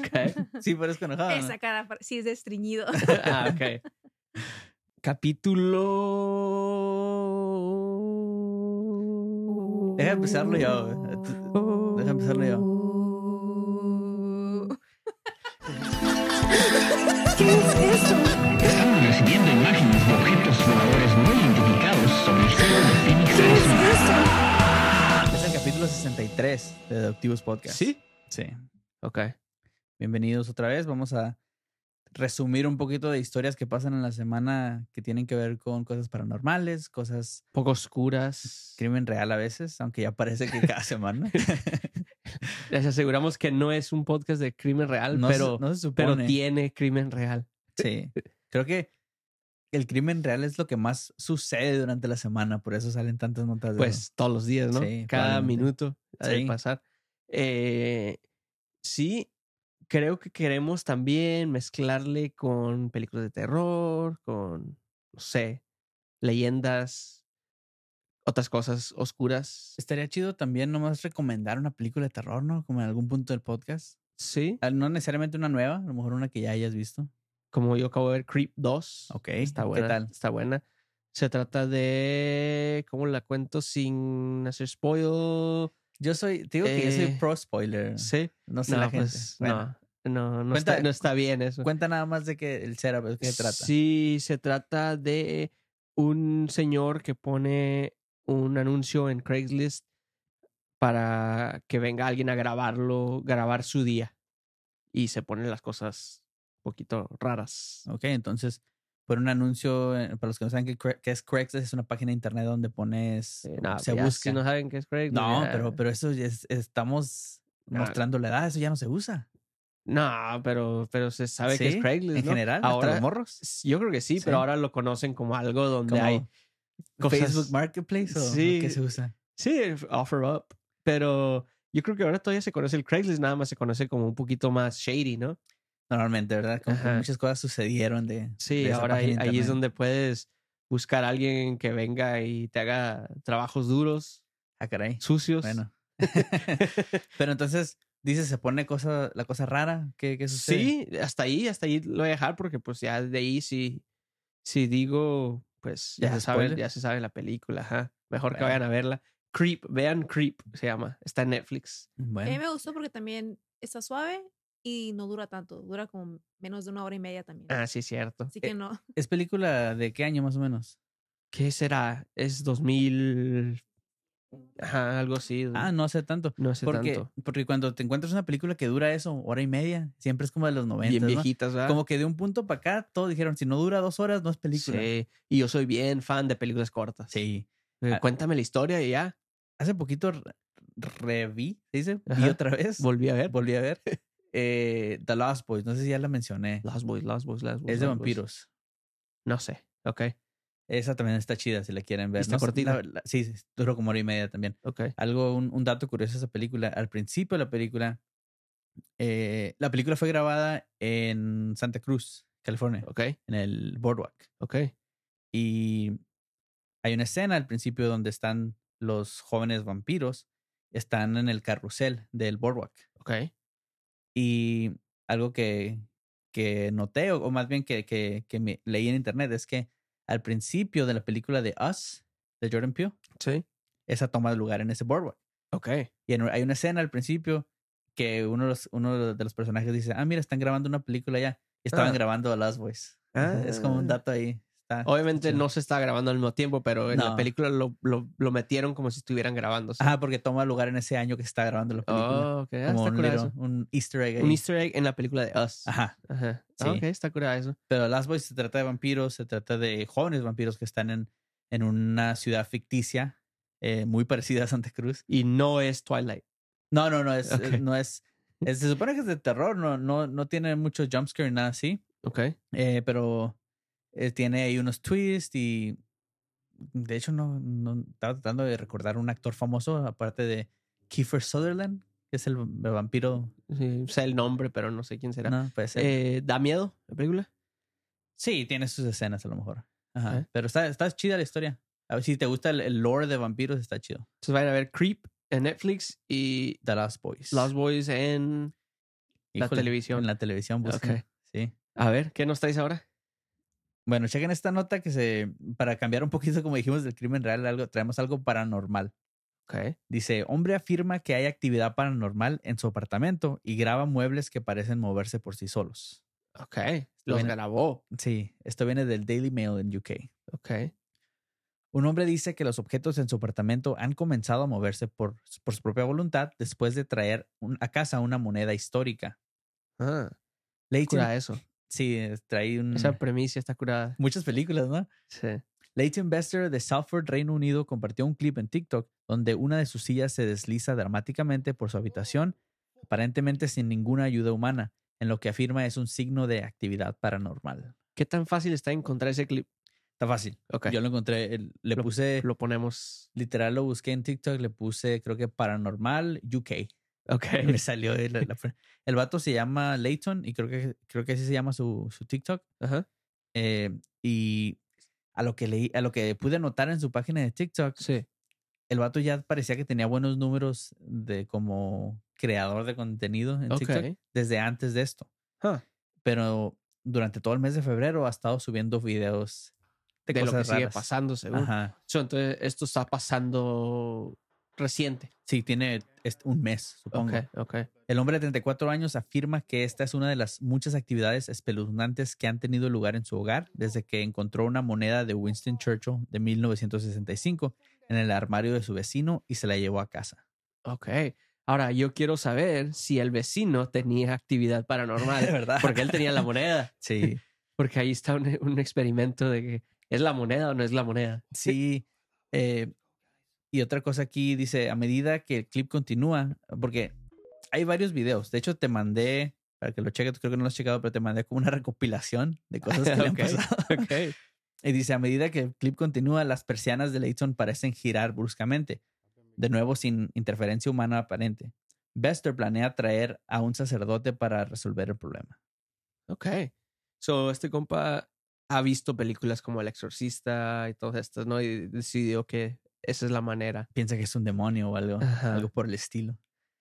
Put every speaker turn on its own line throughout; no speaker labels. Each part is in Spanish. Okay. Sí, parezco enojado. ¿no?
Esa cara par- sí es destreñido.
ah, ok. Capítulo. Deja empezarlo yo.
eh,
güey. Tú- Deja empezarlo yo.
Estamos recibiendo imágenes de objetos voladores no identificados sobre el cielo de Phoenix, Arizona.
Es el capítulo 63 de Deductivos Podcast.
Sí.
Sí.
Ok.
Bienvenidos otra vez. Vamos a resumir un poquito de historias que pasan en la semana que tienen que ver con cosas paranormales, cosas
Poco oscuras.
crimen real a veces, aunque ya parece que cada semana.
Les aseguramos que no es un podcast de crimen real,
No, se-
pero,
no se supone.
pero tiene crimen real.
Sí. Creo que el crimen real es lo que más sucede durante la semana, por eso salen tantas notas de
Pues todos los días, ¿no?
Sí,
Cada
probablemente.
minuto ha de
Sí.
pasar. Eh, sí, creo que queremos también mezclarle con películas de terror, con, no sé, leyendas, otras cosas oscuras.
Estaría chido también nomás recomendar una película de terror, ¿no? Como en algún punto del podcast.
Sí,
Ah, No necesariamente una nueva, a lo mejor una que ya hayas visto.
como yo acabo de ver Creep 2.
Ok.
Está buena.
¿Qué tal?
Está buena. Se trata de. ¿Cómo la cuento sin hacer spoil?
Yo soy, te digo que yo soy
Eh,
pro spoiler.
Sí.
Ah, No sé
No,
la gente.
pues,
Bueno,
no, no, no,
Cuenta-
está, no está bien eso.
Cuenta nada más de que el setup, ¿de qué se trata?
Sí, se trata de un señor que pone un anuncio en Craigslist para que venga alguien a grabarlo, grabar su día. Y se ponen las cosas un poquito raras.
Ok, entonces, por un anuncio, eh, para los que no saben qué Cra- qué es Craigslist, es una página de internet donde pones,
Eh, no,
se
ya,
busca.
Si no
no,
saben qué es Craigslist. ya.
pero, pero eso ya es- estamos
No.
mostrando la edad, eso ya no se usa.
No, pero, pero se sabe que
Sí,
es Craigslist.
en
Pues, ¿no?
general, hasta
ahora.
los morros.
yo creo que sí,
Sí.
pero ahora lo conocen como algo donde
Como
hay cosas.
Facebook Marketplace o o
Sí.
qué se usa.
Sí, offer up. Pero yo creo que ahora todavía se conoce el Craigslist, nada más se conoce como un poquito más shady, ¿no?
Normalmente, ¿verdad? Como que
Ajá.
muchas cosas sucedieron de.
Sí,
de esa
ahora ahí,
página
ahí
de
es
internet.
donde puedes buscar a alguien que venga y te haga trabajos duros,
Ah, caray.
sucios.
Bueno. Pero entonces, dices, se pone cosa, la cosa rara. ¿Qué, qué sucede?
sí, hasta ahí, hasta ahí lo voy a dejar porque pues ya de ahí si, si digo, pues
Ya
ya, se
es
sabe,
spoiler.
ya se sabe la película. ajá. Mejor que
Bueno.
vayan a verla. Creep, vean Creep, se llama. Está en Netflix.
A
Bueno.
mí me gustó porque también está suave y no dura tanto. Dura como menos de una hora y media también.
Ah, sí, cierto.
Así que no.
¿Es película de qué año más o menos?
¿Qué será? Es 2000. Ajá, algo así.
Ah, no hace tanto.
no hace
Porque,
tanto.
porque cuando te encuentras una película que dura eso, hora y media, siempre es como de los 90.
Bien viejitas, ¿verdad?
Como que de un punto para acá, todos dijeron, si no dura dos horas, no es película.
Sí. Y yo soy bien fan de películas cortas.
Sí.
Eh,
Ah.
Cuéntame la historia y ya.
Hace poquito re- reví, ¿se dice? Vi
Ajá.
otra vez.
Volví a ver.
Volví a ver. eh, The Lost Boys, no sé si ya la mencioné.
Last Boys, Last Boys, Last Boys.
es de
Lost Boys.
vampiros.
No sé. Ok,
Esa también está chida si la quieren ver.
Está
No sé,
cortita.
la- la- sí, sí, duró como hora y media también.
ok.
Algo, un, un dato curioso de esa película. Al principio de la película, eh, la película fue grabada en Santa Cruz, California,
Ok,
en el Boardwalk.
ok.
Y hay una escena al principio donde están los jóvenes vampiros, están en el carrusel del Boardwalk.
Ok.
Y algo que, que noté, o, o más bien que, que, que me leí en internet, es que al principio de la película de Us, de Jordan Peele,
Sí.
esa toma de lugar en ese boardwalk.
Ok.
Y en- hay una escena al principio que uno de los, uno de los personajes dice, ah, mira, están grabando una película ya. Y estaban
Ah.
grabando a Last Boys. Es como un
Ah.
dato ahí. Está- está
Obviamente
chido.
no se está grabando al mismo tiempo, pero en la
No.
película lo, lo, lo metieron como si estuvieran grabando.
Ajá, porque toma lugar en ese año que se está grabando la película.
Oh, ok. Ah,
como
está
un,
curado
little-
eso.
un easter egg
Un
ahí.
easter egg en la película de Us.
Ajá.
Ajá. Ah,
Sí.
Ok, está curado eso.
Pero Last Boys se trata de vampiros, se trata de jóvenes vampiros que están en, en una ciudad ficticia eh, muy parecida a Santa Cruz.
Y no es Twilight.
No, no, no es, eh,
Ok.
no es, es- Se supone que es de terror, no, no, no tiene mucho jumpscare ni nada así.
Ok.
Eh, pero eh, tiene ahí unos twists y de hecho no, no- estaba tratando de recordar un actor famoso aparte de Kiefer Sutherland, que es el, va- vampiro.
Sí, sé el nombre, pero no sé quién será.
No, puede ser.
Eh, ¿Da miedo la película?
sí, tiene sus escenas a lo mejor. Ajá,
Ok.
Pero está, está chida la historia. A ver si te gusta el, el lore de vampiros, está chido.
Entonces vayan a ver Creep en Netflix y
The Last Boys.
Lost Boys en La televisión.
En la televisión, busquen.
Ok.
Sí.
A ver, ¿qué nos traes ahora?
Bueno, chequen esta nota que se. Para cambiar un poquito, como dijimos, del crimen real, algo, traemos algo paranormal.
Ok.
Dice: Hombre afirma que hay actividad paranormal en su apartamento y graba muebles que parecen moverse por sí solos.
Ok. Los
Bueno.
grabó.
Sí, esto viene del Daily Mail en UK.
Ok.
Un hombre dice que los objetos en su apartamento han comenzado a moverse por, por su propia voluntad después de traer un- a casa una moneda histórica.
Ah,
Leighton,
cura eh. eso.
sí, trae un-
Esa premisa está curada.
muchas películas, ¿no?
Sí.
Leighton Bester de Salford, Reino Unido, compartió un clip en TikTok donde una de sus sillas se desliza dramáticamente por su habitación, aparentemente sin ninguna ayuda humana, en lo que afirma es un signo de actividad paranormal.
¿Qué tan fácil está encontrar ese clip?
Está fácil.
Ok.
Yo lo encontré, el- le puse,
Lo ponemos.
literal lo busqué en TikTok, le puse creo que paranormal UK.
Ok.
Y me salió el, la- la- el vato se llama Leighton y creo que creo que así se llama su, su TikTok.
Ajá.
Eh, y a lo que leí, a lo que pude notar en su página de TikTok,
Sí.
el vato ya parecía que tenía buenos números de como creador de contenido en
Ok.
TikTok desde antes de esto.
Huh.
Pero durante todo el mes de febrero ha estado subiendo videos de,
De lo que
cosas
sigue
raras.
pasando, seguro.
Ajá.
So, entonces, esto está pasando reciente.
Sí, tiene este, un mes, supongo.
Ok, ok.
El hombre de 34 años afirma que esta es una de las muchas actividades espeluznantes que han tenido lugar en su hogar desde que encontró una moneda de Winston Churchill de 1965 en el armario de su vecino y se la llevó a casa.
Ok. Ahora, yo quiero saber si el vecino tenía actividad paranormal.
verdad.
Porque él tenía la moneda.
Sí,
Porque ahí está un, un experimento de que es la moneda o no es la moneda.
sí. eh, y otra cosa aquí dice, a medida que el clip continúa, porque hay varios videos. De hecho, te mandé, para que lo cheques, creo que no lo has checado, pero te mandé como una recopilación de cosas que le han
Ok.
pasado.
Ok.
Y dice, a medida que el clip continúa, las persianas de Leighton parecen girar bruscamente, de nuevo sin interferencia humana aparente. Bester planea traer a un sacerdote para resolver el problema.
Ok. So, este compa ha visto películas como El Exorcista y todas estas, ¿no? Y decidió que esa es la manera.
Piensa que es un demonio o algo,
Ajá.
algo por el estilo.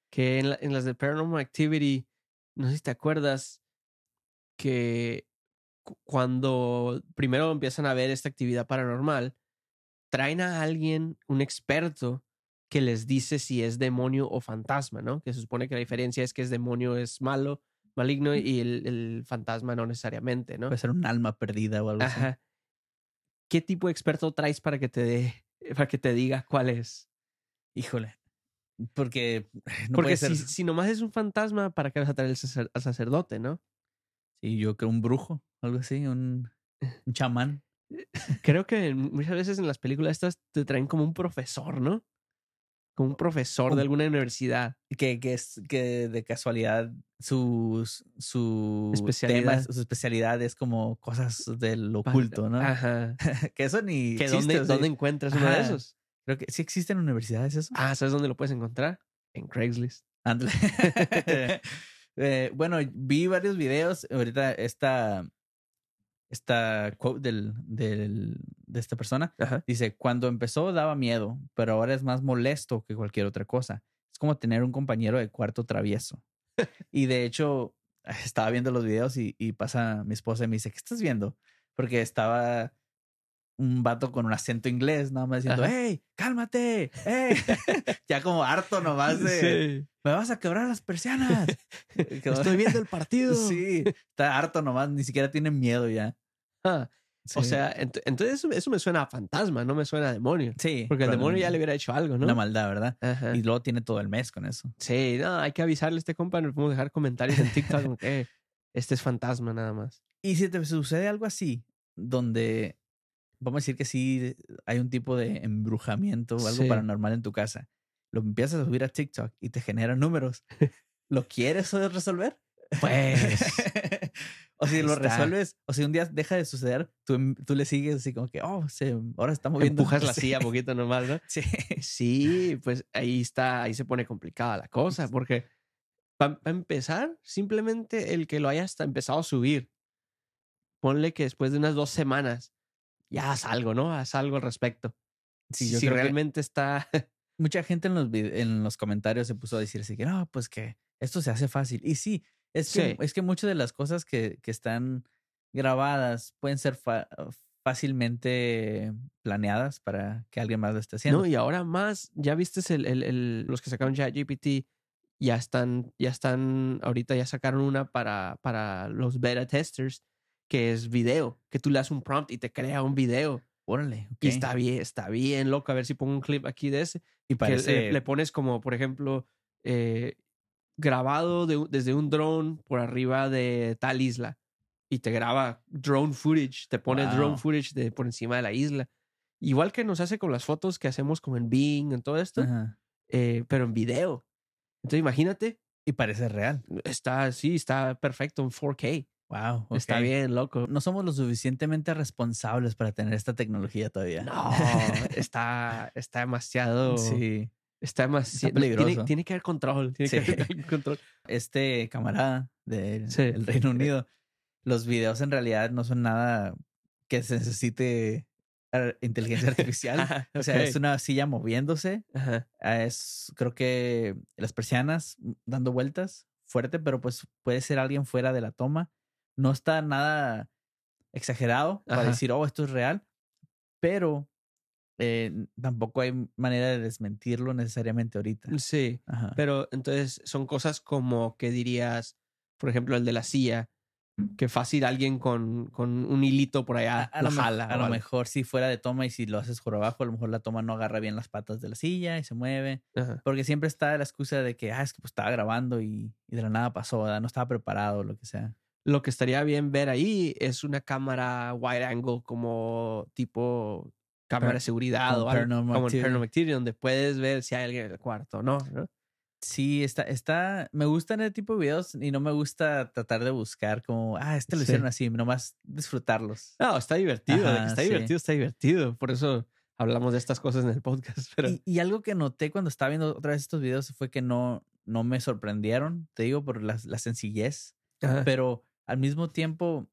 que en, la- en las de Paranormal Activity, no sé si te acuerdas, que cu- cuando primero empiezan a ver esta actividad paranormal, traen a alguien, un experto, que les dice si es demonio o fantasma, ¿no? Que se supone que la diferencia es que es demonio es malo, maligno y el, el fantasma no necesariamente, ¿no?
Puede ser un alma perdida o algo así.
Ajá. ¿Qué tipo de experto traes para que te dé, para que te diga cuál es?
Híjole. Porque no
Porque
puede ser.
si, si nomás es un fantasma, ¿para qué vas a traer al sacer- al sacerdote, no?
Sí, yo creo un brujo, algo así, un, un chamán.
Creo que en- muchas veces en las películas estas te traen como un profesor, ¿no? Como un profesor
Como-
de alguna universidad.
que, que es que de casualidad sus su
Especialidad.
temas, su especialidad es como cosas del oculto, ¿no?
Ajá.
Que eso ni
Que
existe,
dónde,
o sea,
dónde encuentras uno de
Ajá.
esos?
creo que sí existen universidades eso.
Ah, ¿sabes dónde lo puedes encontrar? En Craigslist.
Ándale. Eh, bueno, vi varios videos. Ahorita esta, esta quote del, del- de esta persona
Ajá.
dice: Cuando empezó daba miedo, pero ahora es más molesto que cualquier otra cosa. Es como tener un compañero de cuarto travieso. y de hecho, estaba viendo los videos y, y pasa mi esposa y me dice: ¿Qué estás viendo? Porque estaba un vato con un acento inglés, nada más diciendo:
Ajá.
¡Hey, cálmate! ¡Hey! ya como harto nomás de.
Sí.
¡Me vas a quebrar las persianas!
Estoy viendo el partido.
Sí, está harto nomás, ni siquiera tiene miedo ya.
Ah, O
Sí.
sea, ent- entonces eso, eso me suena a fantasma, no me suena a demonio.
sí.
Porque el demonio ya le hubiera hecho algo, ¿no?
Una maldad, ¿verdad?
Ajá.
Y luego tiene todo el mes con eso.
Sí, no, hay que avisarle a este compa, no podemos dejar comentarios en TikTok como que "Eh, este es fantasma nada más.
Y si te sucede algo así, donde vamos a decir que sí hay un tipo de embrujamiento o algo
Sí.
paranormal en tu casa, lo empiezas a subir a TikTok y te generan números, ¿lo quieres resolver?
Pues
o si
ahí
lo
está.
resuelves, o si un día deja de suceder, tú, em, tú le sigues así como que, oh, se, ahora está moviendo.
empujas la
Sí.
silla poquito nomás, ¿no?
Sí.
eh, Sí, pues ahí está, ahí se pone complicada la cosa, porque para empezar, simplemente el que lo haya hasta empezado a subir, ponle que después de unas dos semanas, ya haz algo, ¿no? Haz algo al respecto.
Sí,
si
yo creo que-
realmente está...
mucha gente en los, vide- en los comentarios se puso a decir así que no, pues que esto se hace fácil. Y sí, Es que,
Sí.
es que muchas de las cosas que, que están grabadas pueden ser fa- fácilmente planeadas para que alguien más lo esté haciendo.
No, y ahora más, ya viste el, el- el- los que sacaron ChatGPT, ya están, ya están, ahorita ya sacaron una para, para los beta testers, que es video, que tú le das un prompt y te crea un video.
Órale.
Y
ok.
está bien, está bien, loco. A ver si pongo un clip aquí de ese. que
Y
le-
parece.
le, pones como, por ejemplo, eh, grabado de un- desde un drone por arriba de tal isla y te graba drone footage, te pone drone
Wow.
footage de por encima de la isla. Igual que nos hace con las fotos que hacemos como en Bing, en todo esto,
Ajá.
eh, pero en video. Entonces imagínate,
Y parece real.
está así, está perfecto en 4K.
Wow.
Está bien, loco.
No somos lo suficientemente responsables para tener esta tecnología todavía.
No, está, está demasiado...
sí.
Está demasiado Tiene,
peligroso.
tiene que haber control. Tiene que
Sí.
haber control.
Este camarada del
Sí. Eh,
del Reino Unido, los videos en realidad no son nada que se necesite ar- inteligencia artificial.
Ajá,
O sea,
ok.
es una silla moviéndose.
Ajá.
ah, Es, creo que las persianas mm, dando vueltas fuerte, pero pues puede ser alguien fuera de la toma. No está nada exagerado para
Ajá.
decir, oh, esto es real, pero eh, n- tampoco hay manera de desmentirlo necesariamente ahorita.
Sí,
Ajá.
pero entonces son cosas como que dirías, por ejemplo, el de la silla, que fácil alguien con, con un hilito por
A,
allá
a
lo
lo, mej-
jala.
a
o
lo
algo.
mejor si fuera de toma y si lo haces por abajo, a lo mejor la toma no agarra bien las patas de la silla y se mueve.
Ajá.
Porque siempre está la excusa de que, ah, es que pues estaba grabando y, y de la nada pasó, ¿verdad? no estaba preparado o lo que sea.
Lo que estaría bien ver ahí es una cámara wide angle como tipo cámara
Per-
de seguridad
como
o algo,
Paranormal
como en
Activity.
Paranormal Activity, donde puedes ver si hay alguien en el cuarto, ¿no? ¿No?
Sí, está, está, me gustan ese tipo de videos y no me gusta tratar de buscar como, ah, este lo
Sí.
hicieron así, nomás disfrutarlos.
No, está divertido, de que
Ajá,
está
sí.
divertido, está divertido. Por eso hablamos de estas cosas en el podcast, pero
Y, y algo que noté cuando estaba viendo otra vez estos videos fue que no, no me sorprendieron, te digo, por la, la sencillez,
Ajá.
pero al mismo tiempo,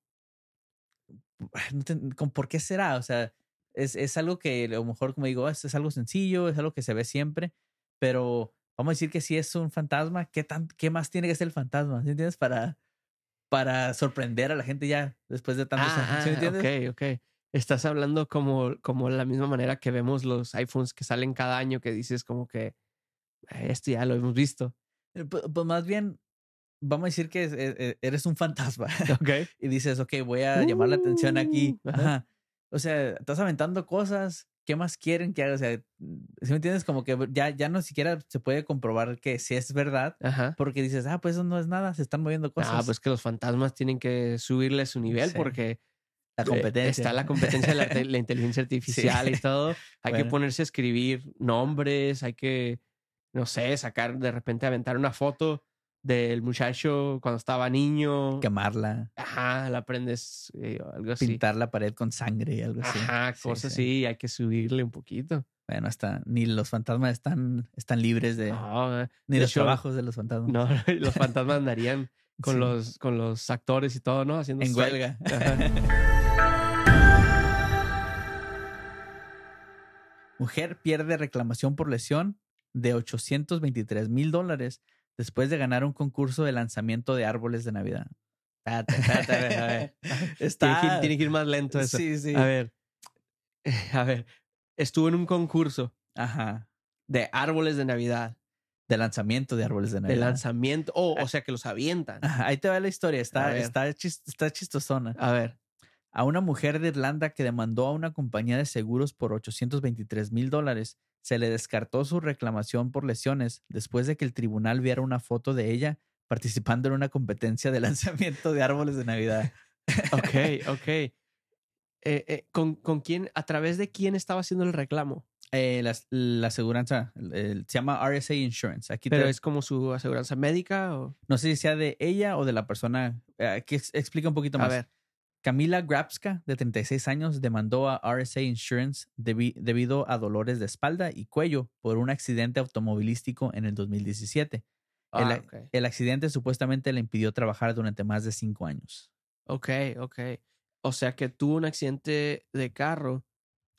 no te- con- ¿por qué será? O sea, es, es algo que a lo mejor, como digo, es, es algo sencillo, es algo que se ve siempre, pero vamos a decir que si es un fantasma, ¿qué, tan, qué más tiene que ser el fantasma? ¿Sí entiendes? Para, para sorprender a la gente ya después de tantos años. ¿Sí me entiendes?
Ah, ok, ok. Estás hablando como, como la misma manera que vemos los iPhones que salen cada año, que dices como que "Eh, esto ya lo hemos visto.
Eh, pu- Pues, más bien, vamos a decir que es- e- e- eres un fantasma
Ok.
y dices, ok, voy a llamar la atención aquí.
Uh, ajá.
Ajá. O sea, estás aventando cosas. ¿Qué más quieren que haga? O sea, si me entiendes? Como que ya, ya no siquiera se puede comprobar que si es verdad,
Ajá.
porque dices, ah, pues eso no es nada, se están moviendo cosas.
Ah, pues que los fantasmas tienen que subirle su nivel
Sí.
porque
la
eh,
competencia.
está la competencia de la, te- la inteligencia artificial y todo. Hay que
Bueno.
ponerse a escribir nombres, hay que, no sé, sacar de repente aventar una foto del muchacho cuando estaba niño.
Quemarla,
Ajá, la aprendes, eh, algo así.
pintar la pared con sangre y algo así.
Ajá,
Sí,
cosas
sí.
así, hay que subirle un poquito.
Bueno, hasta ni los fantasmas están, están libres de.
No, eh,
ni
de
los
hecho,
trabajos de los fantasmas.
no, los fantasmas andarían con,
Sí.
los, con los actores y todo, ¿no? Haciendo
En
strike.
huelga. Mujer pierde reclamación por lesión de 823 mil dólares después de ganar un concurso de lanzamiento de árboles de Navidad.
Espérate, espérate, a ver, a ver. Tiene que, ir- tiene que ir más lento eso.
Sí, sí.
A ver, a ver. Estuvo en un concurso
Ajá.
de árboles de Navidad,
De lanzamiento de árboles de
de
Navidad.
lanzamiento, o o sea, que los avientan.
Ajá, Ahí te va la historia.
A
Está,
ver.
está, chis- está chistosona.
A ver,
a una mujer de Irlanda que demandó a una compañía de seguros por 823 mil dólares. Se le descartó su reclamación por lesiones después de que el tribunal viera una foto de ella participando en una competencia de lanzamiento de árboles de Navidad.
ok, ok. Eh, eh, ¿con, ¿Con quién, a través de quién estaba haciendo el reclamo?
Eh, la, la aseguranza el- el- se llama RSA Insurance. Aquí te-
¿Pero es como su aseguranza médica o...?
no sé si sea de ella o de la persona. eh, Aquí ex- explica un poquito
A
más.
ver.
Camila Grabska, de 36 años, demandó a RSA Insurance debi- debido a dolores de espalda y cuello por un accidente automovilístico en el 2017.
Ah,
el- El accidente supuestamente le impidió trabajar durante más de cinco años.
ok. ok, ok. O sea que tuvo un accidente de carro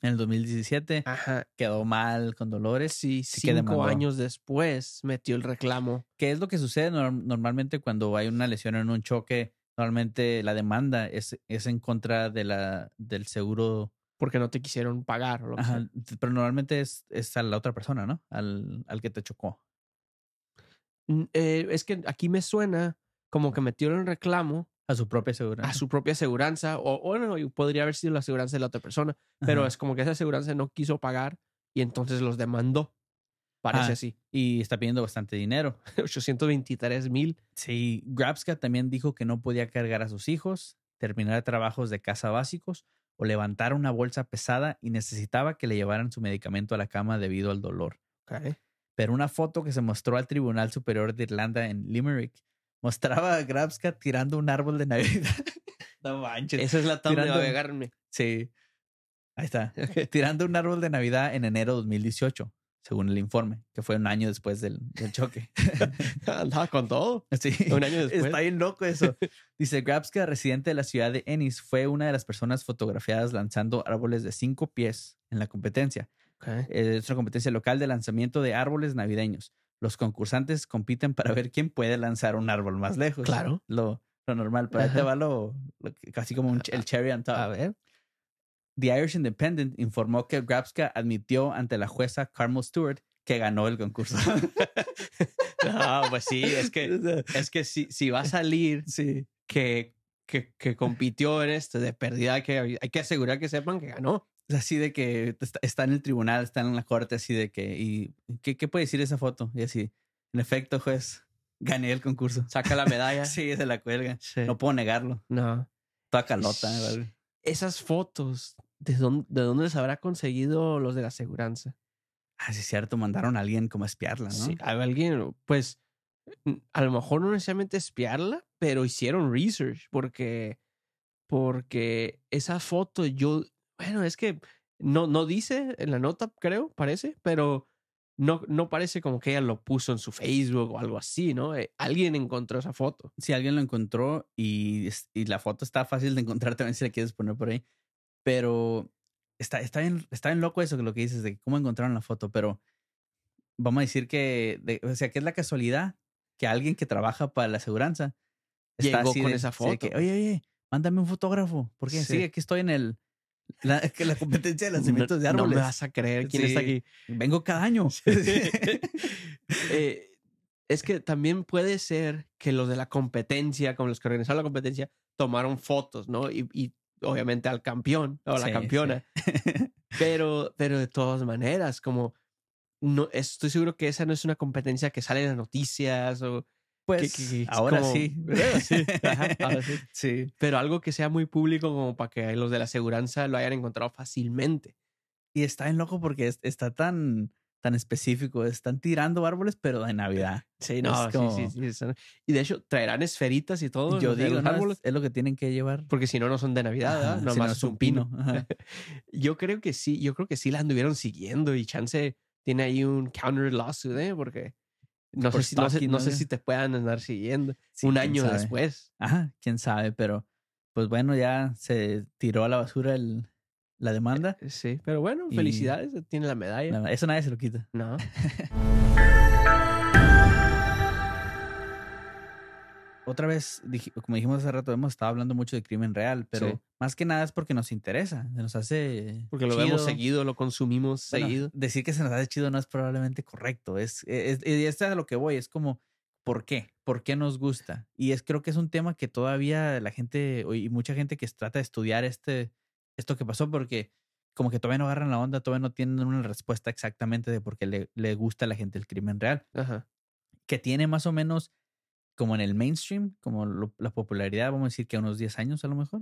en el 2017.
Ajá.
Quedó mal con Dolores.
Pues Sí,
sí que
cinco
demandó.
años después metió el reclamo.
¿Qué es lo que sucede norm- normalmente cuando hay una lesión en un choque? Normalmente la demanda es, es en contra de la, del seguro,
Porque no te quisieron pagar. o lo que sea.
Ajá, pero normalmente es, es a la otra persona, ¿no? Al, al que te chocó.
N- eh, es que aquí me suena como que metieron el reclamo
A su propia seguridad.
a su propia aseguranza. O, o no, y podría haber sido la aseguranza de la otra persona. Pero
Ajá.
es como que esa aseguranza no quiso pagar y entonces los demandó. Parece
Ah.
así.
Y está pidiendo bastante dinero.
823 mil.
Sí, Grabska también dijo que no podía cargar a sus hijos, terminar trabajos de casa básicos o levantar una bolsa pesada y necesitaba que le llevaran su medicamento a la cama debido al dolor. Pero una foto que se mostró al Tribunal Superior de Irlanda en Limerick mostraba a Grabska tirando un árbol de Navidad. no manches.
Esa es la tabla de
Tirando-
navegarme.
Sí. Ahí está. Tirando un árbol de Navidad en enero de 2018, según el informe, que fue un año después del, del choque.
Andaba con todo.
Sí.
Un año después.
Está bien loco eso. Dice Grabska, residente de la ciudad de Ennis, fue una de las personas fotografiadas lanzando árboles de cinco pies en la competencia.
Ok.
Eh, Es una competencia local de lanzamiento de árboles navideños. Los concursantes compiten para ver quién puede lanzar un árbol más lejos.
Claro.
Lo, lo normal, pero ahí te
Ajá.
va lo, lo que- casi como un, ch- el cherry on top.
A ver.
The Irish Independent informó que Grabska admitió ante la jueza Carmel Stewart que ganó el concurso.
No, pues sí, es que, es que si, si va a salir
sí.
que, que, que compitió en este de pérdida, que hay hay que asegurar que sepan que ganó.
Es así de que está, está en el tribunal, está en la corte, así de que, ¿y qué, qué puede decir esa foto? Y así, en efecto, juez, gané el concurso.
Saca la medalla.
Sí, se la cuelga.
Sí.
No puedo negarlo.
No.
Toda calota. ¿verdad?
Esas fotos, ¿de dónde, ¿de dónde les habrá conseguido los de la aseguranza?
Ah, sí, es cierto, mandaron a alguien como a espiarla, ¿no?
Sí, a alguien, pues, n- a lo mejor no necesariamente espiarla, pero hicieron research porque, porque esa foto yo, bueno, es que no, no dice en la nota, creo, parece, pero no, no parece como que ella lo puso en su Facebook o algo así, ¿no? Eh, alguien encontró esa foto.
Si alguien lo encontró y, es- y la foto está fácil de encontrar también si la quieres poner por ahí. Pero está, está, bien, está bien loco eso que lo que dices de cómo encontraron la foto, pero vamos a decir que, de- o sea, que es la casualidad que alguien que trabaja para la aseguranza
Llegó
así
con
de-
esa
así de
foto.
que, oye, oye, mándame un fotógrafo. Porque
Sí.
sí, aquí estoy en el... La, que la competencia de lanzamientos de
No-
árboles.
No me vas a creer quién está aquí.
Sí. Vengo cada año.
Eh, es que también puede ser que los de la competencia, como los que organizaron la competencia, tomaron fotos, ¿no? Y, y obviamente al campeón o la
Sí,
campeona. Pero, pero de todas maneras, como no estoy seguro que esa no es una competencia que sale en las noticias o
Pues
que- que- que es
ahora
como-
sí.
Bueno, sí, ajá, ahora sí.
Sí.
Pero algo que sea muy público como para que los de la aseguranza lo hayan encontrado fácilmente.
Y está en loco porque es- está tan, tan específico. Están tirando árboles, pero
Eh,
de Navidad.
Sí,
no,
sí, sí,
como-
sí, eso- Y de hecho, traerán esferitas y todo.
Yo
los de
digo,
los
¿no? Es-
árboles.
es lo que tienen que llevar.
porque si no, no son de Navidad, ¿verdad?
Ajá, si
nomás
no,
es un pino.
Ajá.
Yo creo que sí, yo creo que sí la anduvieron siguiendo y Chance tiene ahí un counter lawsuit, ¿eh? Porque no,
Por
sé si, no, sé,
stalking,
no
¿no?
sé si te puedan andar siguiendo
Sí,
un
quién
año
sabe.
después.
Ajá, quién sabe, pero pues bueno, ya se tiró a la basura el, la demanda.
Eh, Sí, pero bueno,
Y-
felicidades, tiene la medalla.
Nada, Eso nadie se lo quita.
No.
Otra vez, dij- como dijimos hace rato, hemos estado hablando mucho de crimen real, pero
Sí.
más que nada es porque nos interesa, nos hace.
Porque lo vemos
chido.
seguido, lo consumimos
Bueno,
seguido.
Decir que se nos hace chido no es probablemente correcto. Es, e, es, es- y esto es a lo que voy. Es como, ¿por qué? ¿Por qué nos gusta? Y es creo que es un tema que todavía la gente o- y mucha gente que trata de estudiar este, esto que pasó porque como que todavía no agarran la onda, todavía no tienen una respuesta exactamente de por qué le, le gusta a la gente el crimen real.
Ajá.
Que tiene más o menos como en el mainstream, como lo- la popularidad, vamos a decir que unos 10 años a lo mejor.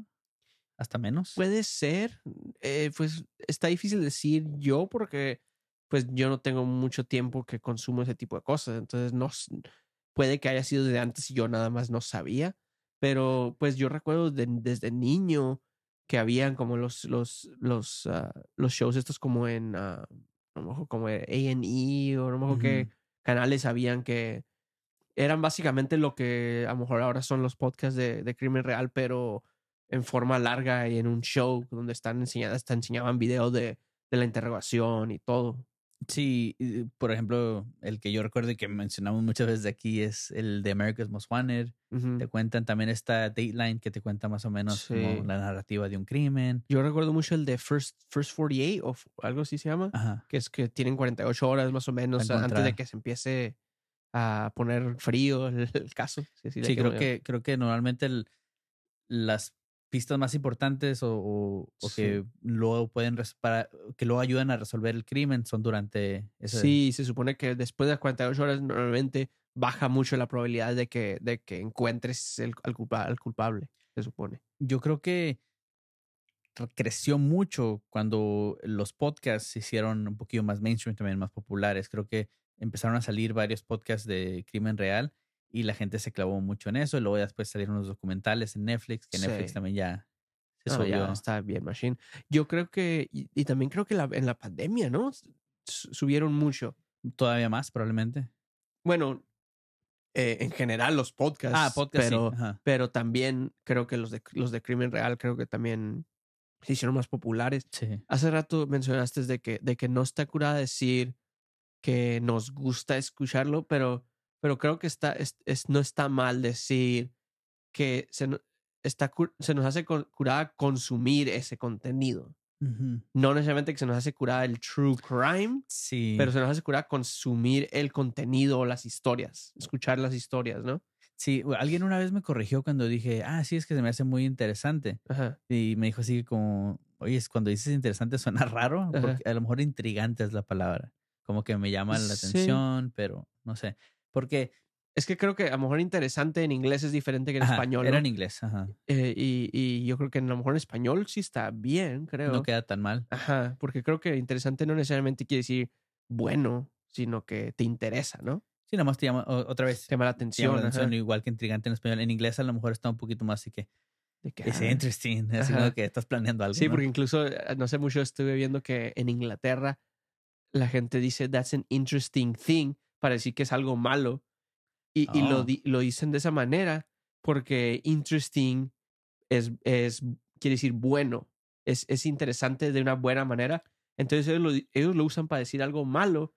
Hasta menos.
Puede ser, eh, pues está difícil decir yo porque pues yo no tengo mucho tiempo que consumo ese tipo de cosas, entonces no s- puede que haya sido de antes y yo nada más no sabía, pero pues yo recuerdo de- desde niño que habían como los los los ah, los shows estos como en ah, a lo mejor como A&E o a lo mejor que
Ujú.
canales habían que eran básicamente lo que a lo mejor ahora son los podcasts de, de crimen real, pero en forma larga y en un show donde están enseñadas, te enseñaban videos de de la interrogación y todo.
Sí, y, por ejemplo, el que yo recuerdo y que mencionamos muchas veces de aquí es el de America's Most Wanted.
Ujú.
Te cuentan también esta Dateline que te cuenta más o menos como
Sí.
la narrativa de un crimen.
Yo recuerdo mucho el de First, First 48 o f- algo así se llama,
Ajá.
que es que tienen 48 horas más o menos
Para
antes de
encontrar.
que se empiece a poner frío el, el caso. Sí, así le
Sí, creo
llaman.
que, creo que normalmente el- las pistas más importantes o, o- o que luego pueden res- para, que luego ayudan a resolver el crimen son durante ese
Sí, se supone que después de las 48 horas normalmente baja mucho la probabilidad de que, de que encuentres el, al, culpa- al culpable, se supone.
yo creo que re- creció mucho cuando los podcasts se hicieron un poquito más mainstream, también más populares. Creo que empezaron a salir varios podcasts de crimen real y la gente se clavó mucho en eso. Y luego ya después salieron los documentales en Netflix, que Netflix
Sí.
también ya se
No, ya
subió.
está bien, Machine. Yo creo que, y, y también creo que la- en la pandemia, ¿no? Su- Subieron mucho.
Todavía más, probablemente.
Bueno, eh, en general los podcasts.
Ah, podcast. sí,
Pues, Pero,
ajá.
pero también creo que los de, los de crimen real creo que también se hicieron más populares.
Sí.
Hace rato mencionaste de que, de que no está curada decir que nos gusta escucharlo, pero, pero creo que está, es, es- no está mal decir que se, no- está, cu- se nos hace co- curada consumir ese contenido.
Ujú.
No necesariamente que se nos hace curada el true crime,
Sí.
pero se nos hace curada consumir el contenido o las historias, escuchar las historias, ¿no?
sí, bueno, alguien una vez me corrigió cuando dije, ah, sí, es que se me hace muy interesante.
Ajá.
Y me dijo así como, oye, es cuando dices interesante suena raro,
Ajá.
porque a lo mejor intrigante es la palabra. Como que me llama la
Sí.
atención, pero no sé. Porque
Es que creo que a lo mejor interesante en inglés es diferente que en
ajá,
español.
era
¿no?
en inglés, ajá.
Eh, y, y yo creo que a lo mejor en español sí está bien, creo.
No queda tan mal.
Ajá, porque creo que interesante no necesariamente quiere decir bueno, sino que te interesa, ¿no?
Sí, nada más te llama o- otra vez.
Te llama la
te llama
atención.
la
ajá,
atención, igual que intrigante en español. En inglés a lo mejor está un poquito más así que
de que,
es
ah.
interesting, así como
Ajá.
que estás planeando algo.
Sí,
Pues ¿no?
porque incluso eh, no sé mucho, estuve viendo que en Inglaterra la gente dice that's an interesting thing para decir que es algo malo. Y, y
Oh.
lo, di- lo dicen de esa manera porque interesting es, es quiere decir bueno, es, es interesante de una buena manera. Entonces ellos lo, di- ellos lo usan para decir algo malo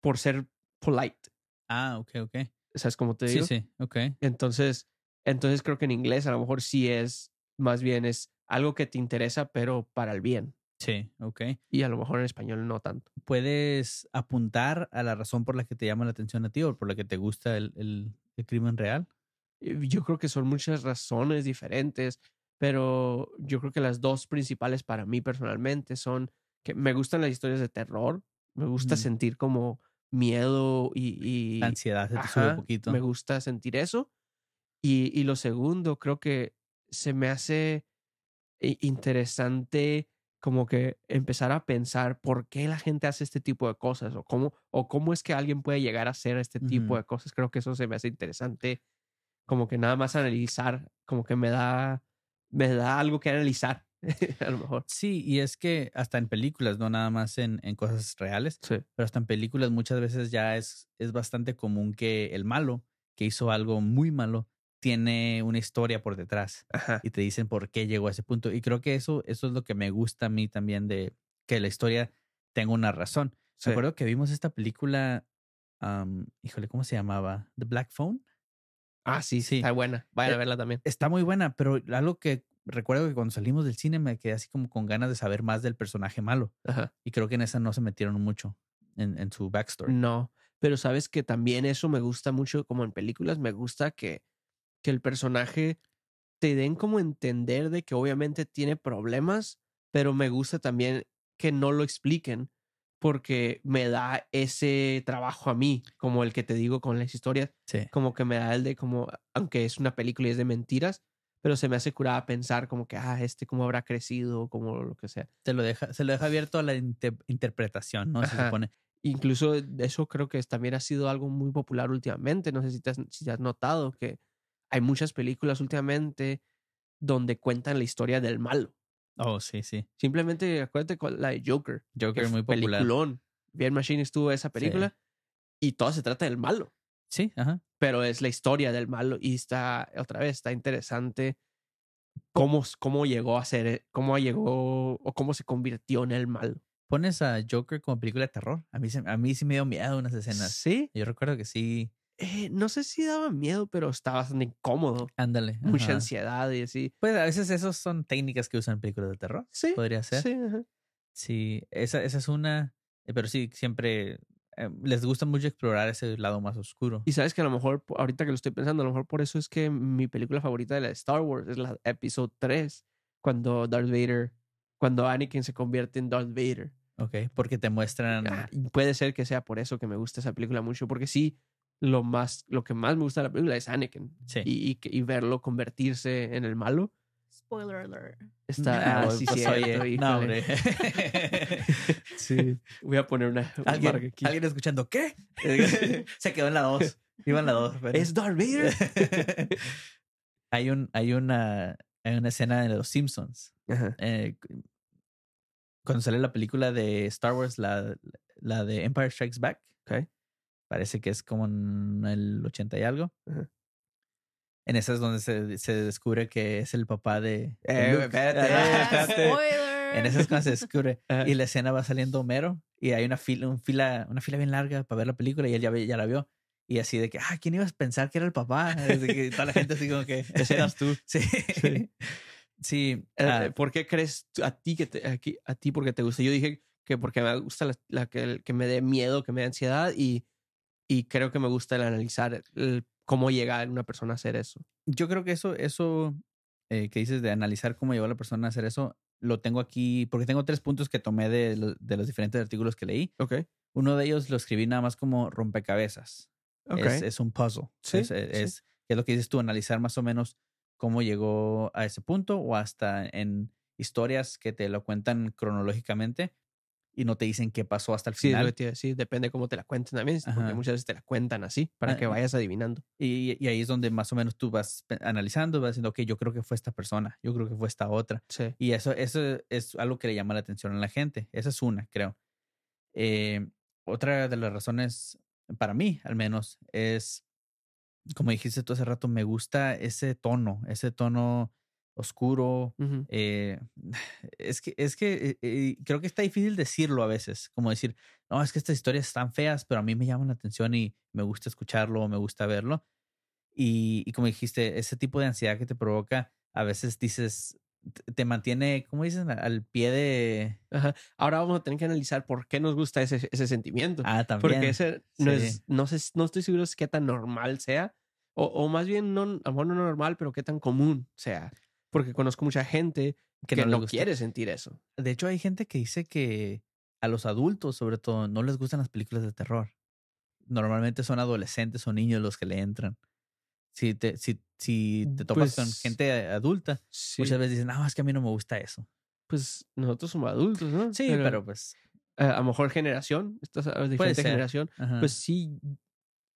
por ser polite.
Ah, ok, ok.
¿Sabes cómo te
Sí,
digo?
sí, ok.
Entonces, entonces creo que en inglés a lo mejor sí es, más bien es algo que te interesa, pero para el bien.
Sí, ok.
Y a lo mejor en español no tanto.
puedes apuntar a la razón por la que te llama la atención a ti o por la que te gusta el, el- el crimen real.
Eh, Yo creo que son muchas razones diferentes, pero yo creo que las dos principales para mí personalmente son que me gustan las historias de terror, me gusta
Ujú.
sentir como miedo y, y
La ansiedad se te sube
ajá,
un poquito.
me gusta sentir eso. Y, y lo segundo, creo que se me hace i- interesante como que empezar a pensar por qué la gente hace este tipo de cosas o cómo, o cómo es que alguien puede llegar a hacer este tipo
Ujú.
de cosas. Creo que eso se me hace interesante como que nada más analizar, como que me da, me da algo que analizar, a lo mejor.
Sí, y es que hasta en películas, no nada más en, en cosas reales,
Sí.
pero hasta en películas muchas veces ya es, es bastante común que el malo, que hizo algo muy malo, tiene una historia por detrás
Ajá.
y te dicen por qué llegó a ese punto. Y creo que eso, eso es lo que me gusta a mí también de que la historia tenga una razón.
Sí.
Me acuerdo que vimos esta película, am, híjole, ¿cómo se llamaba? The Black Phone.
Ah, sí,
Sí.
sí. Está buena. Vayan
Eh,
a verla también.
Está muy buena, pero algo que recuerdo que cuando salimos del cine me quedé así como con ganas de saber más del personaje malo.
Ajá.
Y creo que en esa no se metieron mucho en, en su backstory.
No, pero sabes que también eso me gusta mucho, como en películas, me gusta que, que el personaje te den como entender de que obviamente tiene problemas, pero me gusta también que no lo expliquen porque me da ese trabajo a mí, como el que te digo con las historias,
Sí.
como que me da el de como, aunque es una película y es de mentiras, pero se me hace curada pensar como que, ah, este cómo habrá crecido, como lo que sea.
Se lo deja, se lo deja abierto a la inte- interpretación, ¿no? Se
Ajá.
supone.
incluso eso creo que es- también ha sido algo muy popular últimamente. No sé si te has, si has notado que hay muchas películas últimamente donde cuentan la historia del malo.
Oh, sí, sí.
Simplemente acuérdate con la de Joker.
Joker
que
muy
fue
popular.
Peliculón. Bien Machine estuvo esa película y todo se trata del malo,
Sí, ajá.
pero es la historia del malo y está, otra vez, está interesante eh, cómo, cómo llegó a ser, cómo llegó o cómo se convirtió en el malo.
pones a Joker como película de terror, a mí, se- a mí sí me dio miedo unas escenas.
Sí.
Yo recuerdo que sí.
Eh, no sé si daba miedo, pero estaba bastante incómodo.
Ándale.
Mucha
ajá.
ansiedad y así.
Pues a veces esas son técnicas que usan en películas de terror.
Sí.
Podría ser.
Sí, ajá.
Sí, esa, esa es una. eh, Pero sí, siempre eh, les gusta mucho explorar ese lado más oscuro.
Y sabes que a lo mejor, po- ahorita que lo estoy pensando, a lo mejor por eso es que mi película favorita de la de Star Wars es la episodio 3, cuando Darth Vader, cuando Anakin se convierte en Darth Vader.
Ok, porque te muestran.
Ah, y puede ser que sea por eso que me gusta esa película mucho, porque sí, lo, más, lo que más me gusta de la película es Anakin.
Sí.
Y, y que- y verlo convertirse en el malo
Spoiler alert.
está...
Ah,
ah,
pues,
sí,
pues,
cierto,
oye,
híjole.
no, hombre.
Sí, voy a poner una... una marca
¿Alguien,
aquí.
alguien escuchando, ¿qué? Se quedó en la 2. Iba en la 2.
¿Es Darth Vader?
hay, un, hay, una, hay una escena de los Simpsons.
Ajá.
eh, cu- cuando sale la película de Star Wars, la, la de Empire Strikes Back,
Ok.
parece que es como en el 80 y algo.
Ajá.
En esa es donde se, se descubre que es el papá de. de
Eh,
Luke.
espérate,
Ah,
Ah,
espérate.
spoiler.
En esa es cuando se descubre.
Ajá.
Y la escena va saliendo Homero y hay una fila, un fila, una fila bien larga para ver la película y él ya, ve- ya la vio. Y así de que, ah, ¿quién ibas a pensar que era el papá? Desde que toda la gente así como que.
Ese eras tú.
Sí.
Sí.
Sí.
Eh,
ah,
¿Por qué crees tú- a ti que te, a, qui- a ti porque te gusta? Yo dije que porque me gusta la, la que, el que me dé miedo, que me dé ansiedad y, y creo que me gusta el analizar el- cómo llega una persona a hacer eso.
yo creo que eso, eso eh, que dices de analizar cómo llevó a la persona a hacer eso, lo tengo aquí, porque tengo tres puntos que tomé de, lo- de los diferentes artículos que leí.
Ok.
Uno de ellos lo escribí nada más como rompecabezas. Es, es un puzzle.
Sí,
es, es-
sí.
es- que es lo que dices tú, analizar más o menos cómo llegó a ese punto o hasta en historias que te lo cuentan cronológicamente y no te dicen qué pasó hasta el
sí, es lo
final.
que te iba a decir, Depende cómo te la cuenten también, porque
Ajá.
muchas veces te la cuentan así para
Ah,
que
y-
vayas adivinando.
Y, y ahí es donde más o menos tú vas pe- analizando, vas diciendo, ok, yo creo que fue esta persona, yo creo que fue esta otra.
Sí.
Y eso, eso es algo que le llama la atención a la gente. Esa es una, creo. Eh, otra de las razones, para mí al menos, es, como dijiste tú hace rato, me gusta ese tono, ese tono oscuro.
Ujú.
eh, es que, es que eh, eh, creo que está difícil decirlo a veces, como decir, no, es que estas historias están feas, pero a mí me llaman la atención y me gusta escucharlo, me gusta verlo. Y, y como dijiste, ese tipo de ansiedad que te provoca, a veces dices, te- te mantiene, ¿cómo dicen? A- Al pie de...
Ajá. Ahora vamos a tener que analizar por qué nos gusta ese, ese sentimiento.
Ah, también.
Porque ese no
Sí.
es, no sé, no estoy seguro si qué tan normal sea, o, o más bien no, a lo mejor no normal, pero qué tan común sea. Porque conozco mucha gente que,
le
no,
gusta.
quiere sentir eso.
De hecho, hay gente que dice que a los adultos, sobre todo, no les gustan las películas de terror. Normalmente son adolescentes o niños los que le entran. Si te, si, si te topas con
Pues-
gente adulta, muchas
Muchas veces,
veces dicen, no, es que a mí no me gusta eso.
pues nosotros somos adultos, ¿no?
Sí, pero, pues...
eh, a lo mejor generación, estás a diferente
ser.
generación,
ajá.
pues sí,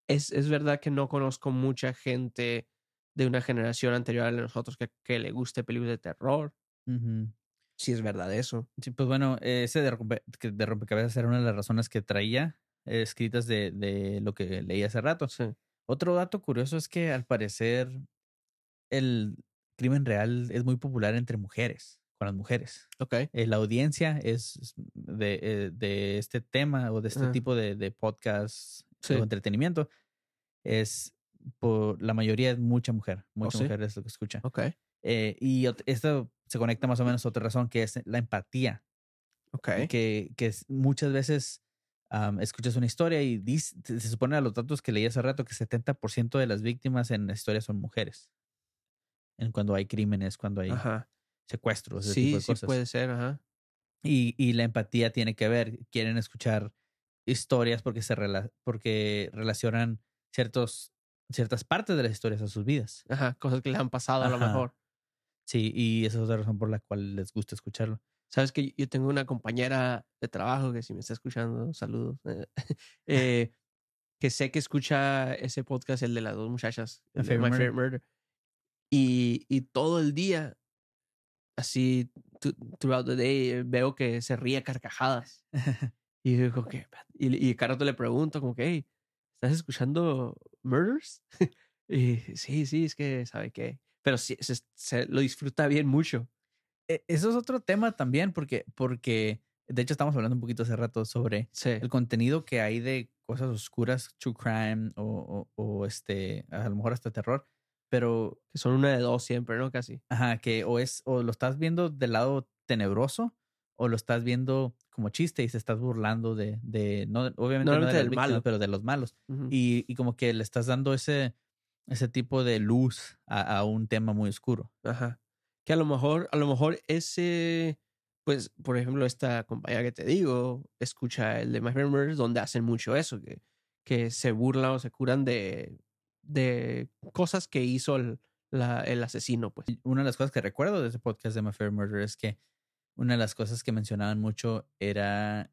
es, es verdad que no conozco mucha gente de una generación anterior a la de nosotros que, que le guste películas de terror.
Ujú.
Sí, es verdad eso.
Sí, pues bueno, eh, ese de, rompe- que de rompecabezas era una de las razones que traía eh, escritas de, de lo que leí hace rato.
Sí.
Otro dato curioso es que al parecer el crimen real es muy popular entre mujeres, con las mujeres.
Ok.
Eh, la audiencia es es de, eh, de este tema o de este
Ah.
tipo de, de podcast
Sí.
o entretenimiento es por la mayoría es mucha mujer, mucha
Oh, sí?
mujer es lo que escucha.
Ok.
Eh, y ot- esto se conecta más o menos a otra razón que es la empatía
Ok.
y que, que es- muchas veces am, escuchas una historia y dis- se se supone a los datos que leí hace rato que 70% de las víctimas en la historia son mujeres. En cuando hay crímenes, cuando hay
Ajá.
secuestros, ese tipo
Sí,
de
sí
cosas.
puede ser, ajá.
Y, y la empatía tiene que ver, quieren escuchar historias porque, se rela- porque relacionan ciertos, ciertas partes de las historias a sus vidas.
Ajá, cosas que les han pasado a lo
Ajá.
mejor.
Sí, y esa es otra razón por la cual les gusta escucharlo.
Sabes que yo tengo una compañera de trabajo que si me está escuchando, saludos. eh, eh, que sé que escucha ese podcast, el de las dos muchachas,
My
el de My
Favorite
Favorite Murder. Y, y todo el día, así, tu- throughout the day, eh, veo que se ríe a carcajadas. Y yo digo, ¿qué? Y, y cada rato le pregunto, como que, "Hey, ¿estás escuchando Murders? y sí, sí, es que, ¿sabe qué? Pero sí, se, se lo disfruta bien mucho.
E- Eso es otro tema también porque, porque De hecho, estamos hablando un poquito hace rato sobre
Sí.
el contenido que hay de cosas oscuras, true crime o, o- o, este, a lo mejor hasta terror, pero
Que son una de dos siempre, ¿no? Casi.
ajá, que o es o lo estás viendo del lado tenebroso o lo estás viendo como chiste y se estás burlando de, de no, obviamente no de
Normalmente
las
del
víctimas,
malo.
pero de los malos.
Ujú.
Y, y como que le estás dando ese, ese tipo de luz a, a un tema muy oscuro.
Ajá. Que a lo mejor, a lo mejor ese, pues, por ejemplo, esta compañía que te digo, escucha el de My Favorite Murders, donde hacen mucho eso, que, que se burlan o se curan de, de cosas que hizo el, la- el asesino, pues.
Una de las cosas que recuerdo de ese podcast de My Fair Murder es que una de las cosas que mencionaban mucho era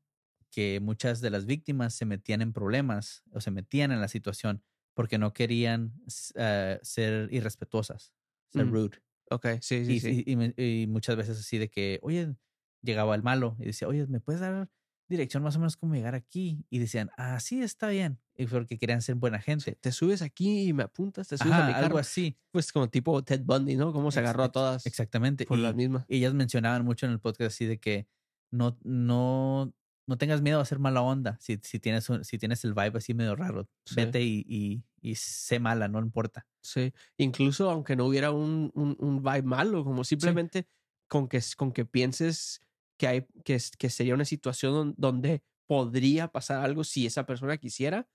que muchas de las víctimas se metían en problemas o se metían en la situación porque no querían s- eh, ser irrespetuosas, ser
Ujú.
rude.
Ok, sí, Mm. sí,
Y,
sí.
y- y me- y muchas veces así de que, oye, llegaba el malo y decía, oye, ¿me puedes dar dirección más o menos cómo llegar aquí? Y decían, ah, sí, está bien. Y porque querían ser buena gente.
Te subes aquí y me apuntas, te subes a
Ajá,
mi
algo
carro.
así.
Pues como tipo Ted Bundy, ¿no? Cómo se
Ex-
agarró a
ex-
todas
Exactamente.
por
y,
las mismas.
y ellas mencionaban mucho en el podcast así de que no, no, no tengas miedo a ser mala onda. Si, si, tienes, un- si tienes el vibe así medio raro,
Sí.
vete y, y, y sé mala, no importa.
Sí, incluso aunque no hubiera un, un, un vibe malo, como simplemente con, que, con que pienses que, hay, que, es- que sería una situación don- donde podría pasar algo si esa persona quisiera,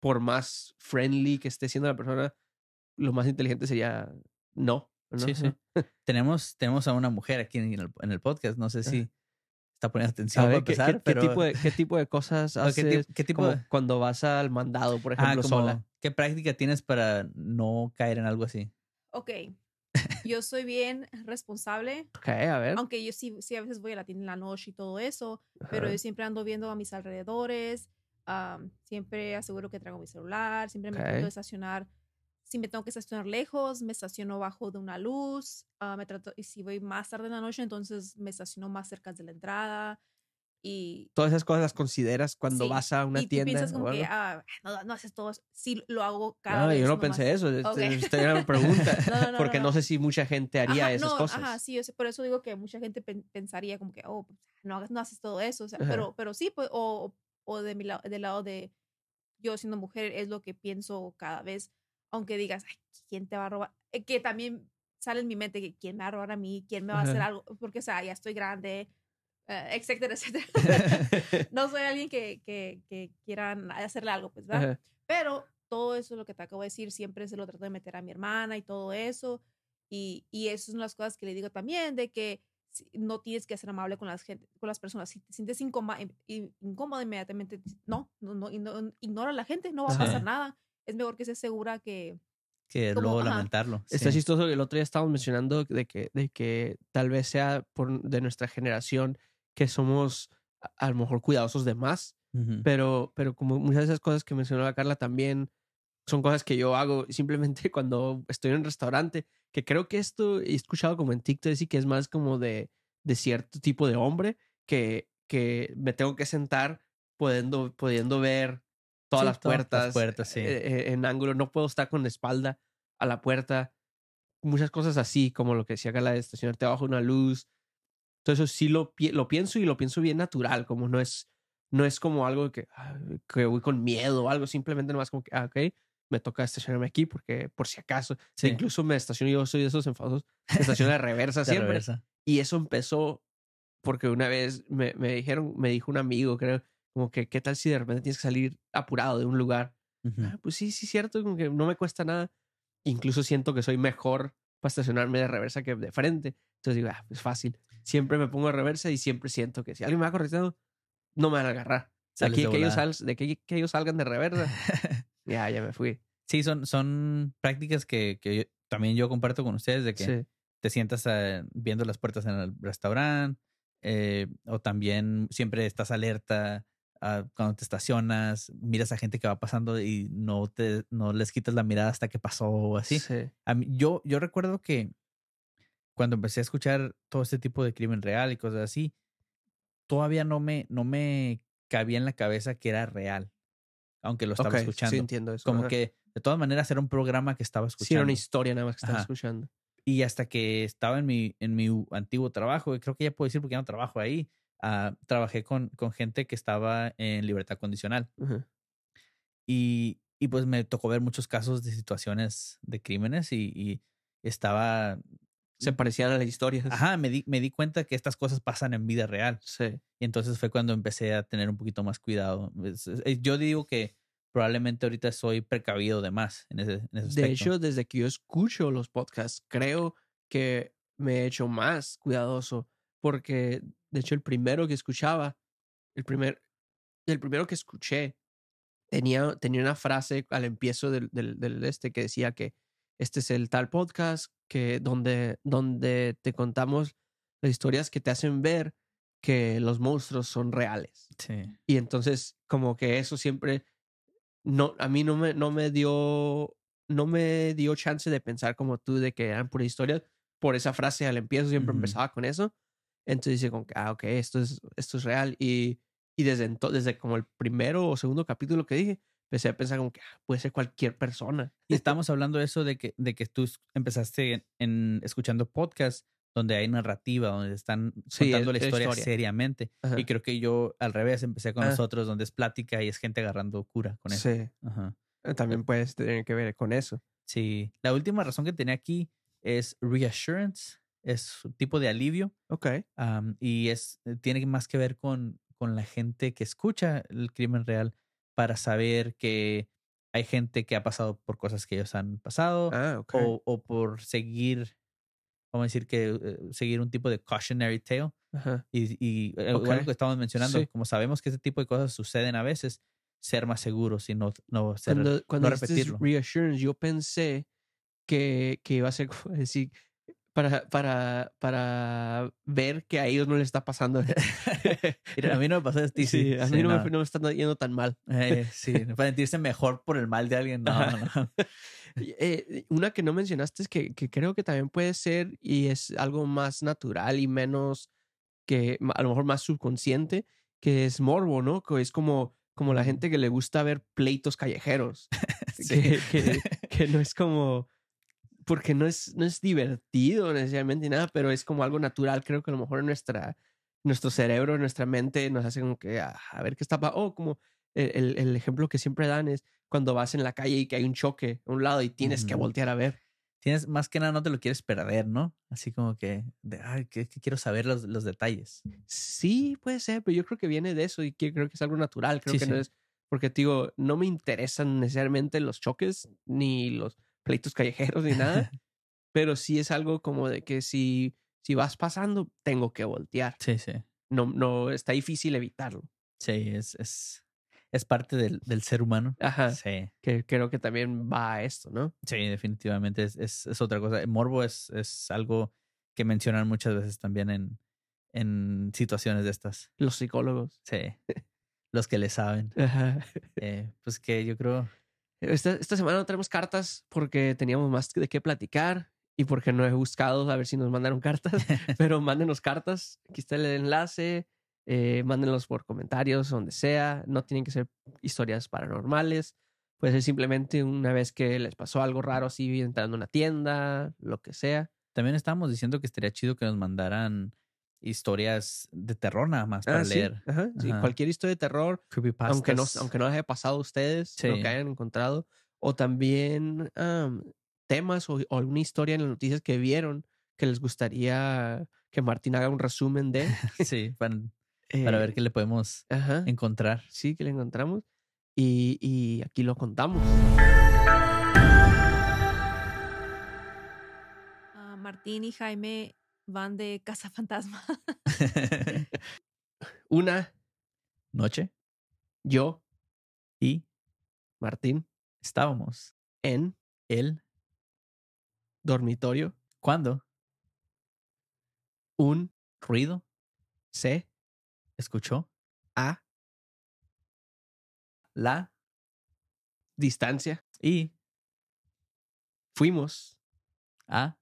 por más friendly que esté siendo la persona, lo más inteligente sería no. ¿no?
Sí, sí. tenemos, tenemos a una mujer aquí en el, en el podcast. No sé
Ajá.
si está poniendo atención
A
para
ver, ¿qué, qué-
empezar,
qué
pero...
tipo de, ¿qué tipo de cosas
No,
haces
¿Qué, tip- qué tipo
como
de...?
cuando vas al mandado, por
Ah,
ejemplo,
como,
sola?
¿Qué práctica tienes para no caer en algo así?
Ok. Yo soy bien responsable,
Ok, a ver.
aunque yo sí, sí a veces voy a la tienda en la noche y todo eso, pero
Ajá.
yo siempre ando viendo a mis alrededores, am, siempre aseguro que traigo mi celular, siempre me
Ok.
trato de estacionar. Si me tengo que estacionar lejos, me estaciono bajo de una luz, ah, me trato, y si voy más tarde en la noche, entonces me estaciono más cerca de la entrada. Y,
Todas esas cosas las consideras cuando
Sí,
vas a una
y tú
tienda.
piensas
o
como que
algo?
ah, no, no haces todo, eso. sí lo hago cada
Ah,
vez.
yo no
nomás.
pensé eso. este-
Ok.
esta era una pregunta.
No, no, no,
porque no,
no.
sé si mucha gente haría
Ajá,
esas
no,
cosas.
Ajá, sí, yo sé, por eso digo que mucha gente pen- pensaría como que, oh, pues, no, hagas- no haces todo eso, o sea,
Ajá.
pero, pero sí, pues, o, o de mi lado, del lado de yo siendo mujer es lo que pienso cada vez, aunque digas, "Ay, ¿quién te va a robar? Eh, Que también sale en mi mente que quién me va a robar a mí, quién me va a hacer
Ajá.
algo, porque, o sea, ya estoy grande, eh, etcétera, etcétera. no soy alguien que, que, que quieran hacerle algo, pues, ¿verdad?
Ajá.
Pero todo eso, lo que te acabo de decir, siempre se lo trato de meter a mi hermana y todo eso. Y, y eso es una de las cosas que le digo también, de que si- no tienes que ser amable con las, gente, con las personas. Si te sientes incómoda, incómoda inmediatamente, no, no, no, igno- ignora a la gente, no va a
Ajá.
pasar nada. Es mejor que estés segura que...
Que
Como,
luego
ajá.
lamentarlo.
Está
sí.
chistoso que el otro día estábamos mencionando de que, de que tal vez sea por, de nuestra generación que somos a, a lo mejor cuidadosos de más,
Ujú.
pero, pero como muchas de esas cosas que mencionó la Carla también son cosas que yo hago simplemente cuando estoy en un restaurante, que creo que esto he escuchado como en TikTok decir que es más como de, de cierto tipo de hombre que, que me tengo que sentar pudiendo, pudiendo ver todas
Sí,
las
todas las
puertas,
puertas, sí.
eh, eh, en ángulo, no puedo estar con la espalda a la puerta, muchas cosas así, como lo que decía Carla de estacionarte bajo una luz. Todo eso sí lo, pi- lo pienso y lo pienso bien natural, como no es, no es como algo que, ah, que voy con miedo o algo, simplemente nomás como que, ah, ok, me toca estacionarme aquí porque por si acaso. E
Sí.
Incluso me estaciono, yo soy de esos enfadosos, me estaciono de reversa
De
siempre.
reversa.
Y eso empezó porque una vez me, me dijeron, me dijo un amigo, creo, como que, ¿qué tal si de repente tienes que salir apurado de un lugar?
Ujú.
Ah, Pues sí, sí, cierto, como que no me cuesta nada. Incluso siento que soy mejor para estacionarme de reversa que de frente. Entonces digo, ah, es fácil. Siempre me pongo de reversa y siempre siento que si alguien me va correteando, no me van a agarrar. De
Sales
aquí
de
que ellos,
volada.
sal- de aquí que ellos salgan de reversa, ya, ya me fui.
Sí, son, son prácticas que, que yo- también yo comparto con ustedes de que
Sí.
te sientas eh, viendo las puertas en el restaurante eh, o también siempre estás alerta ah, cuando te estacionas, miras a gente que va pasando y no, te, no les quitas la mirada hasta que pasó o así.
Sí.
A mí- yo, yo recuerdo que cuando empecé a escuchar todo este tipo de crimen real y cosas así, todavía no me, no me cabía en la cabeza que era real, aunque lo estaba
Ok, Sí,
escuchando.
entiendo eso.
Como
ajá.
que de todas maneras era un programa que estaba
Sí, era
escuchando.
una historia nada más que estaba
Ajá.
escuchando.
y hasta que estaba en mi, en mi antiguo trabajo, y creo que ya puedo decir porque ya no trabajo ahí, ah, trabajé con, con gente que estaba en libertad condicional.
Ujú.
Y, y pues me tocó ver muchos casos de situaciones de crímenes y, y estaba...
Se parecían a las historias.
Ajá, me di, me di cuenta que estas cosas pasan en vida real.
Sí.
Y entonces fue cuando empecé a tener un poquito más cuidado. Es- es- eh, Yo digo que probablemente ahorita soy precavido de más en ese, en ese aspecto.
De hecho, desde que yo escucho los podcasts, creo que me he hecho más cuidadoso porque, de hecho, el primero que escuchaba, el, primer, el primero que escuché, tenía, tenía una frase al empiezo del, del, del este que decía que este es el tal podcast que donde, donde te contamos las historias que te hacen ver que los monstruos son reales.
Sí.
Y entonces, como que eso siempre, no, a mí no me, no me dio, no me dio chance de pensar como tú de que eran puras historias. Por esa frase al empiezo siempre
Ujú.
empezaba con eso. Entonces dice como que, ah, ok, esto es, esto es real. Y, y desde entonces, desde como el primero o segundo capítulo que dije, empecé a pensar como que ah, puede ser cualquier persona.
Y estamos hablando de eso de que, de que tú es- empezaste en, en- escuchando podcasts donde hay narrativa, donde están
Sí, e
contando
es-
la
es
historia,
historia.
seriamente.
Ajá.
Y creo que yo al revés empecé con
Ah.
nosotros donde es plática y es gente agarrando cura con eso.
Sí,
Ajá.
también puedes tener que ver con eso.
Sí. La última razón que tenía aquí es reassurance, es un tipo de alivio
Ok.
am, y es eh, tiene más que ver con, con la gente que escucha el crimen real para saber que hay gente que ha pasado por cosas que ellos han pasado
Ah, ok.
o, o por seguir, vamos a decir que eh, seguir un tipo de cautionary tale.
Ajá.
Y, y eh, igual
Ok.
lo que estamos mencionando,
Sí.
como sabemos que este tipo de cosas suceden a veces, ser más seguros y no, no, ser-
cuando, cuando
no
dices
repetirlo.
reassurance, yo pensé que, que iba a ser como decir para, para, para ver que a ellos no les está pasando.
Mira, a mí no me pasó esto.
Sí,
y sí,
a mí
sí,
no,
no.
Me, no me está yendo tan mal.
Eh, sí, para sentirse mejor por el mal de alguien. No,
Ajá.
no.
Eh, una que no mencionaste es que, que creo que también puede ser y es algo más natural y menos que ma- a lo mejor más subconsciente, que es morbo, ¿no? Que es como, como la
Mm.
gente que le gusta ver pleitos callejeros.
Sí.
que, que- que no es como porque no es no es divertido necesariamente ni nada pero es como algo natural creo que a lo mejor en nuestra nuestro cerebro nuestra mente nos hace como que ah, a, ver qué está pasando oh como el, el- el ejemplo que siempre dan es cuando vas en la calle y que hay un choque a un lado y tienes que
Ujú.
voltear a ver
Tienes más que nada, no te lo quieres perder, ¿no? Así como que, de, ay, que, que quiero saber los, los detalles.
sí puede ser pero yo creo que viene de eso y que creo que es algo natural creo
Sí,
que no
sí.
es porque te digo no me interesan necesariamente los choques ni los pleitos callejeros ni nada pero sí es algo como de que si, si vas pasando, tengo que voltear.
sí, sí.
No, no, está difícil evitarlo.
Sí, es, es, es parte del, del ser humano.
Ajá.
Sí,
Que creo que también va a esto, ¿no?
sí, definitivamente es, es, es otra cosa. El morbo es, es algo que mencionan muchas veces también en, en situaciones de estas.
Los psicólogos.
Sí, los que le saben.
Ajá.
Eh, pues que yo creo,
Esta, esta semana no tenemos cartas porque teníamos más de qué platicar y porque no he buscado a ver si nos mandaron cartas, pero mándenos cartas. Aquí está el enlace. eh, mándenlos por comentarios, donde sea. No tienen que ser historias paranormales. Puede ser simplemente una vez que les pasó algo raro así entrando a una tienda, lo que sea.
También estábamos diciendo que estaría chido que nos mandaran historias de terror nada más para
Ah, sí,
leer.
ajá, sí,
Ajá.
Cualquier historia de terror,
Creepypastas.
aunque no, aunque no les haya pasado a ustedes, lo
Sí.
que hayan encontrado, o también am, temas o, o alguna historia en las noticias que vieron que les gustaría que Martín haga un resumen de.
Sí, para, para
eh,
ver qué le podemos
Ajá,
encontrar.
sí, que le encontramos. Y, y aquí lo contamos.
Ah, Martín y Jaime van de Casa Fantasma.
Una,
Noche
yo,
y
Martín,
estábamos.
en
Él,
dormitorio,
¿cuándo?
un
Ruido,
C,
escuchó
A,
la
distancia.
y
Fuimos,
a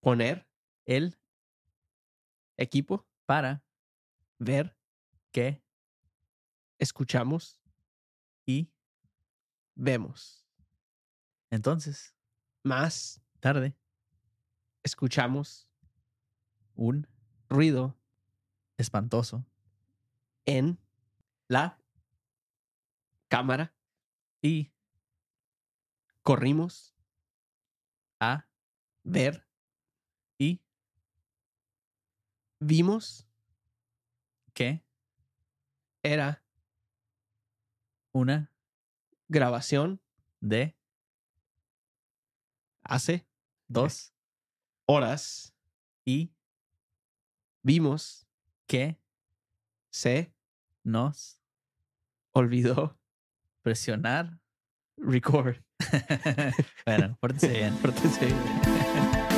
poner,
él
equipo,
para
ver,
que
escuchamos,
y
vemos.
entonces
Más
tarde
escuchamos
un
ruido,
espantoso.
en la cámara.
Y
Corrimos
a ver y
vimos
que
era
una
grabación
de
hace
dos
horas.
y
Vimos
que
se
nos
olvidó
presionar.
record.
bueno, pórtense bien.
Pórtense bien.